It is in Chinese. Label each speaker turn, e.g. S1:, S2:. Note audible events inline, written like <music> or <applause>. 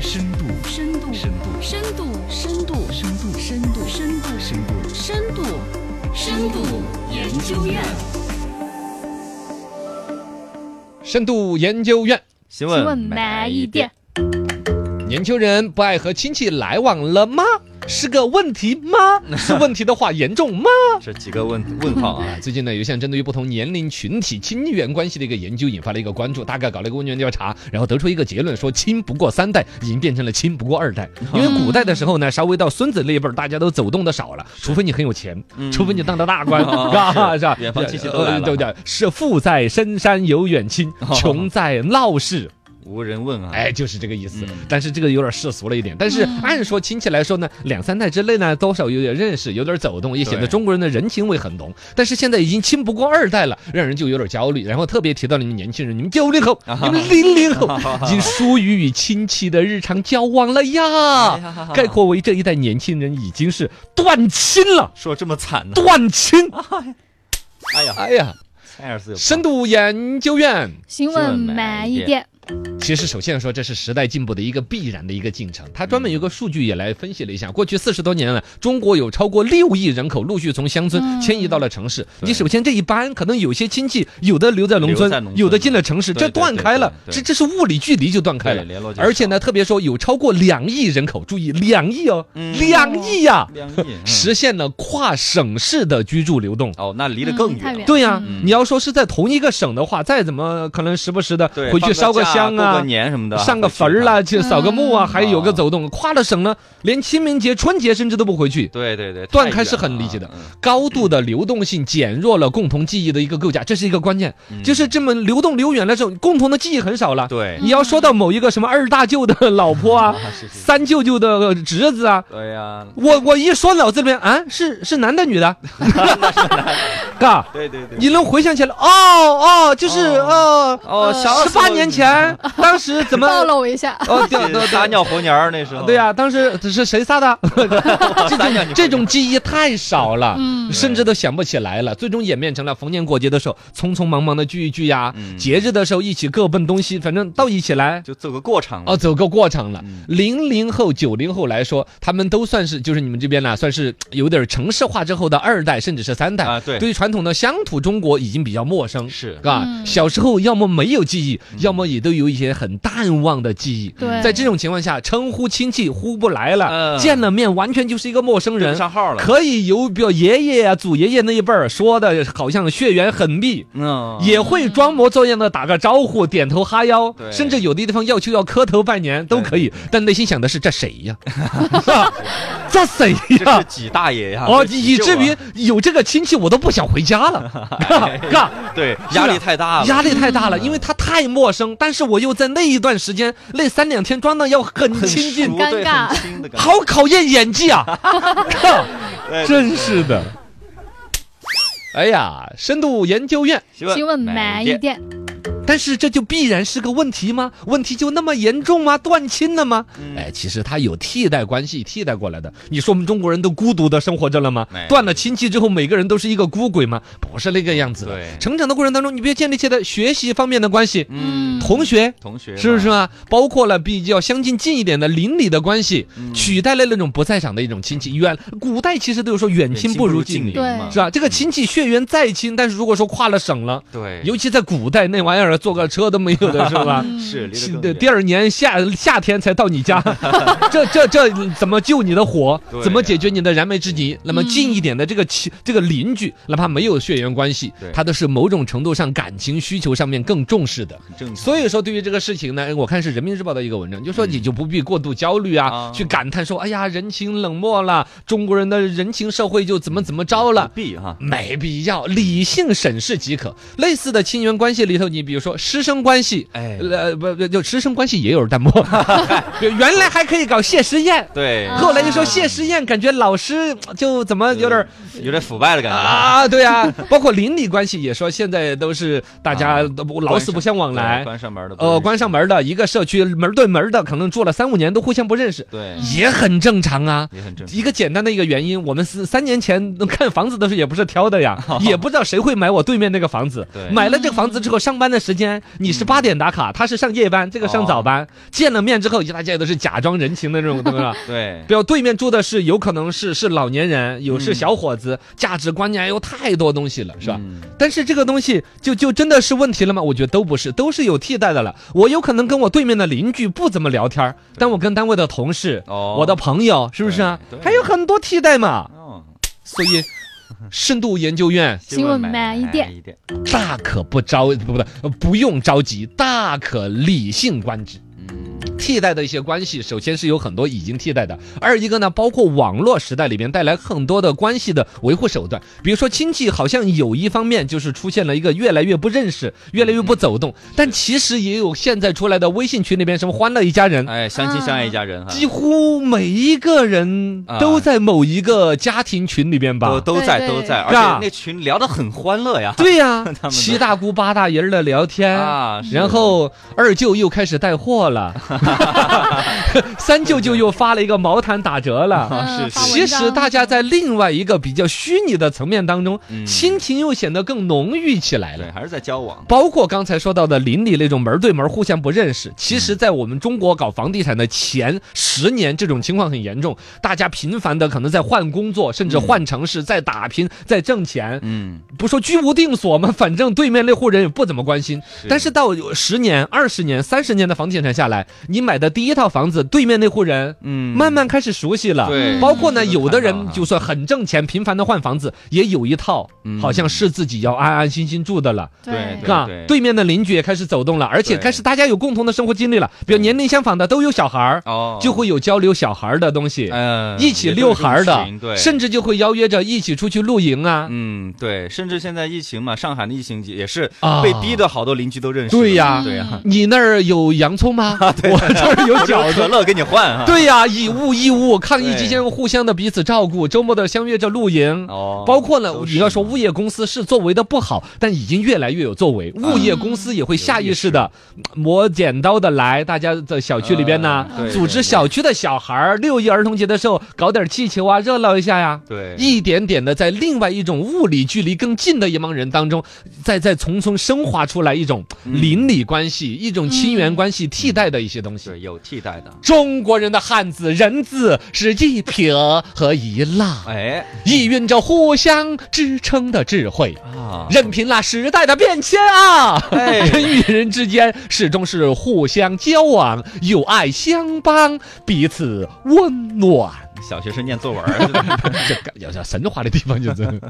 S1: 深度，
S2: 深度，
S1: 深度，
S2: 深度，深度，
S1: 深度，
S2: 深度，深度，
S1: 深度，
S2: 深度，深度研究院。
S3: 深度研究院，
S4: 询
S2: 请问买一点，
S3: 年轻人不爱和亲戚来往了吗？是个问题 <laughs> 吗？是问题的话严重吗？ <laughs>
S4: 这几个问问号啊，
S3: 最近呢，有一项针对于不同年龄群体亲缘关系的一个研究，引发了一个关注。大概搞了一个问卷调查，然后得出一个结论，说亲不过三代已经变成了亲不过二 <laughs> 代。因为古代的时候呢，稍微到孙子那一辈儿，大家都走动的少了，除非你很有钱， <laughs>
S4: 嗯
S3: 除非你当了大官，
S4: 哦
S3: 是吧？哦是吧？
S4: 远房亲戚都
S3: 呃
S4: 来了
S3: 对不对？是富在深山有远 <laughs> 亲，
S4: 哦
S3: 穷在闹市。
S2: 嗯
S4: 无人问啊。
S3: 哎，就是这个意思
S4: 嗯。
S3: 但是这个有点世俗了一点。但是按说亲戚来说呢，两三代之内呢，多少有点认识，有点走动，也显得
S4: 对
S3: 中国人的人情味很浓。但是现在已经亲不过二代了，让人就有点焦虑。然后特别提到了你们年轻人，你们九零后，
S4: 啊
S3: 你们零零后，已经疏于与亲戚的日常交往了
S4: 哎呀
S3: 呀。概括为这一代年轻人已经是断亲了，
S4: 说这么惨呢？
S3: 断亲。
S4: <laughs> 哎呀，
S3: 哎呀，
S4: 蔡尔斯有
S3: 深度研究院。
S2: 请
S4: 问
S2: 问
S4: 买
S2: 买
S4: 一
S2: 一点，
S3: 其实，首先说，这是时代进步的一个必然的一个进程。它专门有个数据也来分析了一下，过去四十多年来，中国有超过六亿人口陆续从乡村
S2: 嗯
S3: 迁移到了城市。
S4: 对
S3: 你首先这一班，可能有些亲戚有的留在农
S4: 留
S3: 村
S4: 在农，村
S3: 有的进了城市，
S4: 对对
S3: 这断开了，
S4: 对对
S3: 这
S4: 对
S3: 这是物理距离就断开
S4: 对
S3: 了
S4: 联络。就
S3: 而且呢，
S4: 少
S3: 特别说有超过两亿人口，注意两亿哦，
S4: 嗯
S3: 两亿呀，
S4: 两亿，嗯
S3: 实现了跨省市的居住流动。
S4: 哦，那离得更
S2: 嗯太
S4: 远了。
S2: 远
S3: 对呀、
S4: 嗯
S3: 你要说是在同一个省的话，再怎么可能时不时的
S4: 对，
S3: 回去
S4: 放
S3: 烧
S4: 个假
S3: 香
S4: 过
S3: 啊
S4: 个，年什么的，
S3: 上个
S4: 回去
S3: 坟儿
S4: 看。
S3: 啦，去扫个墓啊，
S2: 嗯
S3: 还有个走动，跨了省呢，连清明节、春节甚至都不回去。
S4: 对对对，
S3: 断
S4: 太
S3: 开是
S4: 远
S3: 很
S4: 了
S3: 理解的
S4: 嗯
S3: 高度的流动性减弱了共同记忆的一个构架，这是一个关键。
S4: 嗯
S3: 就是嗯这么流动流远了之后，共同的记忆很少了。
S4: 对，
S3: 你要说到某一个什么二大舅的老婆
S4: <laughs>
S3: 啊，
S4: 啊是是，
S3: 三舅舅的侄子啊，
S4: 对呀，
S3: 我我一说脑子里面啊，是是男的女
S4: <laughs>
S3: 的，嘎，
S4: 对对对，
S3: 你能回想起来哦哦，就是哦
S4: 哦小
S3: 十八年前
S4: <laughs>
S3: 当时怎么
S2: 暴露一下，
S3: 哦对对
S4: 对
S3: 对
S4: 撒尿和泥儿那时候，
S3: 对呀、当时这是谁撒的？
S4: 我撒尿你
S3: 这种记忆太少了。
S2: 嗯
S3: 甚至都想不起来了，最终演变成了逢年过节的时候匆匆忙忙的聚一聚呀，
S4: 嗯
S3: 节日的时候一起各奔东西，反正到一起来
S4: 就走个过场了
S3: 哦，走个过场了
S4: 嗯。
S3: 零零后、九零后来说，他们都算是就是你们这边呢，算是有点城市化之后的二代，甚至是三代
S4: 啊对
S3: 对于传统的乡土中国已经比较陌生，
S4: 是嗯
S3: 啊，
S2: 嗯
S3: 小时候要么没有记忆，要么也都有一些很淡忘的记忆。
S2: 对
S3: 在这种情况下，称呼亲戚呼不来了，
S4: 嗯
S3: 见了面完全就是一个陌生
S4: 对不
S3: 人。
S4: 上号了，
S3: 可以由表爷爷啊、祖爷爷那一辈儿说的，好像血缘很密。
S4: 嗯
S3: 也会装模作样的打个招呼、点头哈腰，
S4: 对
S3: 甚至有的地方要求要磕头拜年都可以
S4: 对，
S3: 但内心想的是这谁
S4: <laughs>
S3: 呀？ <laughs> 这谁
S4: 这是
S3: 呀？
S4: 几大爷呀？
S3: 哦，
S4: 这几
S3: 以
S4: 舅
S3: 至
S4: 啊
S3: 于有这个亲戚我都不想回家了，
S4: <laughs> 哎
S3: <laughs> 嘎，
S4: 对压力太大了，
S3: 啊压力太
S4: 嗯
S3: 大了，因为他太陌生，但是我又在那一段时间那三两天装的要很
S4: 很
S3: 亲近
S4: 熟，
S2: 尴
S4: 对
S2: 尬
S4: 很亲的感觉
S3: 好考验演技
S4: <laughs>
S3: 啊！靠
S4: 哎
S3: 真是的。哎呀，深度研究院，
S2: 请问买一点，
S3: 但是这就必然是个问题吗？问题就那么严重吗？断亲了吗？哎，其实它有替代关系替代过来的。你说我们中国人都孤独的生活着了吗
S4: 没？
S3: 断了亲戚之后，每个人都是一个孤鬼吗？不是那个样子的。
S4: 对
S3: 成长的过程当中，你别建立起来学习方面的关系，
S4: 嗯
S3: 同学。
S4: 同学
S3: 是不是
S4: 嘛？
S3: 啊？包括了比较相近近一点的邻里的关系，取代了那种不在场的一种亲戚。远古代其实都有说远亲不如近邻，
S2: 对
S4: 嘛
S3: 是啊吧？这个亲戚血缘再亲，但是如果说跨了省了，
S4: 对，
S3: 尤其在古代那玩意儿坐个车都没有的是吧？
S2: 嗯
S4: 是 <laughs> 离得
S3: 是
S4: 更
S3: 的，
S4: 远
S3: 第二年夏夏天才到你
S4: <laughs>
S3: 家，这这这怎么救你的火
S4: 对？呀嗯
S3: 怎么解决你的燃眉之急？那么近一点的这个亲这个邻居，哪怕没有血缘关系
S4: 对，
S3: 他都是某种程度上感情需求上面更重视的。
S4: 很正常，
S3: 所以说，对于这个事情呢，我看是人民日报的一个文章，就说你就不必过度焦虑啊，
S4: 嗯啊
S3: 去感叹说，哎呀，人情冷漠了，中国人的人情社会就怎么怎么着了
S4: 不。必哈，
S3: 没必要，理性审视即可。类似的亲缘关系里头，你比如说师生关系，
S4: 哎
S3: 呃，不不，就师生关系也有
S4: <laughs>
S3: 淡漠。就原来还可以搞谢师宴，
S4: 对，
S3: 后来就说谢师宴，感觉老师就怎么有点儿
S4: 嗯有点腐败的感觉
S3: 啊，对啊，包括邻里关系也说现在都是大家
S4: 啊
S3: 都不老死不相往
S4: 对
S3: 来，
S4: 关上门的，
S3: 呃，关上，门的一个社区门对门的，可能住了三五年都互相不认识，
S4: 对，
S3: 也很正常啊。
S4: 也很正常
S3: 一。个简单的一个原因，我们是三年前
S4: <laughs>
S3: 看房子的时候也不是挑的呀，也不知道谁会买我对面那个房子。
S4: 哦对嗯
S3: 买了这个房子之后，上班的时间，你是八点打卡，他是上夜班，
S4: 哦
S3: 这个上早班。见了面之后，大家也都是假装人情的那种，对
S4: <laughs>
S3: 吧？
S4: 对，
S3: 比如对面住的是有可能是是老年人，有是小伙子，价值观念有太多东西了，是吧？
S4: 嗯
S3: 但是这个东西就就真的是问题了吗？我觉得都不是，都是有替代的了。我有可能跟我对面的邻居不怎么聊天儿，但我跟单位的同事、
S4: 哦
S3: 我的朋友，是不是啊
S4: 对？对
S3: 还有很多替代嘛。
S4: 哦
S3: 所以，深度研究院
S2: 新闻慢一点
S4: 一点，
S3: 大可不着不不不不用着急，大可理性观之。
S4: 嗯，
S3: 替代的一些关系，首先是有很多已经替代的，二一个呢，包括网络时代里面带来很多的关系的维护手段，比如说亲戚好像有一方面就是出现了一个越来越不认识，越来越不走动，但其实也有现在出来的微信群里面什么欢乐一家人。
S4: 哎，相
S2: 啊
S4: 亲相爱一家人哈，
S3: 几乎每一个人都在某一个家庭群里边吧，
S4: 啊都都在
S2: 对对
S4: 都在，而
S3: 是
S4: 且
S3: 啊
S4: 那群聊得很欢乐呀，
S3: 对
S4: <laughs>
S3: 呀、
S4: 都
S3: 七大姑八大姨儿的聊天
S4: 啊是
S3: 哎然后二舅又开始带货
S4: <laughs>
S3: 了，三舅舅又发了一个毛毯打折了。
S2: 嗯
S4: 是
S2: 发文章
S3: 其实大家在另外一个比较虚拟的层面当中，
S4: 嗯
S3: 亲情又显得更浓郁起来
S4: 对，
S3: 了。
S4: 还是在交往，
S3: 包括刚才说到的邻里那种门对门互相不认识，其
S4: 嗯
S3: 实，在我们中国搞房地产的前十年，这种情况很严重，大家频繁的可能在换工作，甚至换城市，在打拼，在挣钱。
S4: 嗯，
S3: 不说居无定所嘛，反正对面那户人也不怎么关心。但是到有十年、二十年、三十年的房地产下来，你买的第一套房子，对面那户人
S4: 嗯，
S3: 慢慢开始熟悉了。
S4: 对，
S3: 包括呢，
S4: 嗯
S3: 有的人就算很挣钱，频繁的换房子，也有一套
S4: 嗯
S3: 好像是自己要安安心心住的了。
S4: 对
S3: 是吧
S4: 对
S3: 对面的邻居也开始走动了，而且
S4: 对
S3: 开始大家有共同的生活经历了，比如年龄相仿的都有小孩儿，
S4: 哦，
S3: 就会有交流小孩儿的东西，
S4: 嗯
S3: 一起遛孩儿
S4: 对，
S3: 的，甚至就会邀约着一起出去露营啊。
S4: 嗯，对，甚至现在疫情嘛，上海的疫情也是
S3: 啊
S4: 被逼的，好多邻居都认识了。
S3: 对呀
S4: 对 <laughs> 呀，
S3: 你那儿有洋葱
S4: <laughs>
S3: 吗？
S4: 啊
S3: 我这儿有饺
S4: 有
S3: 子
S4: 可。乐给你换啊。，
S3: 对呀、以物易物，抗疫
S4: 对
S3: 期间互相的彼此照顾，周末的相约着露营。
S4: 哦，
S3: 包括呢
S4: 都，是
S3: 你要说物业公司是作为的不好，但已经越来越有作为，
S4: 嗯
S3: 物业公司也会下意识的磨剪刀的来大家的小区里边呢，
S4: 嗯对
S3: 组织小区的小孩儿六一儿童节的时候搞点气球啊，热闹一下呀。
S4: 对，
S3: 一点点的在另外一种物理距离更近的一帮人当中，再再从中升华出来一种
S4: 嗯
S3: 邻里关系、一种亲缘关系替代的一些东西。
S4: 对有替代的。
S3: 中国人的汉字“人”字是一撇和一捺，
S4: 哎
S3: 意蕴着互相支撑的智慧。
S4: 啊，
S3: 任凭那时代的变迁啊， <laughs>
S4: 哎
S3: 人与人之间始终是互相交往，友爱相帮，彼此温暖。 <laughs>
S4: 小学生念作文儿。
S3: 这个有点神话的地方就是。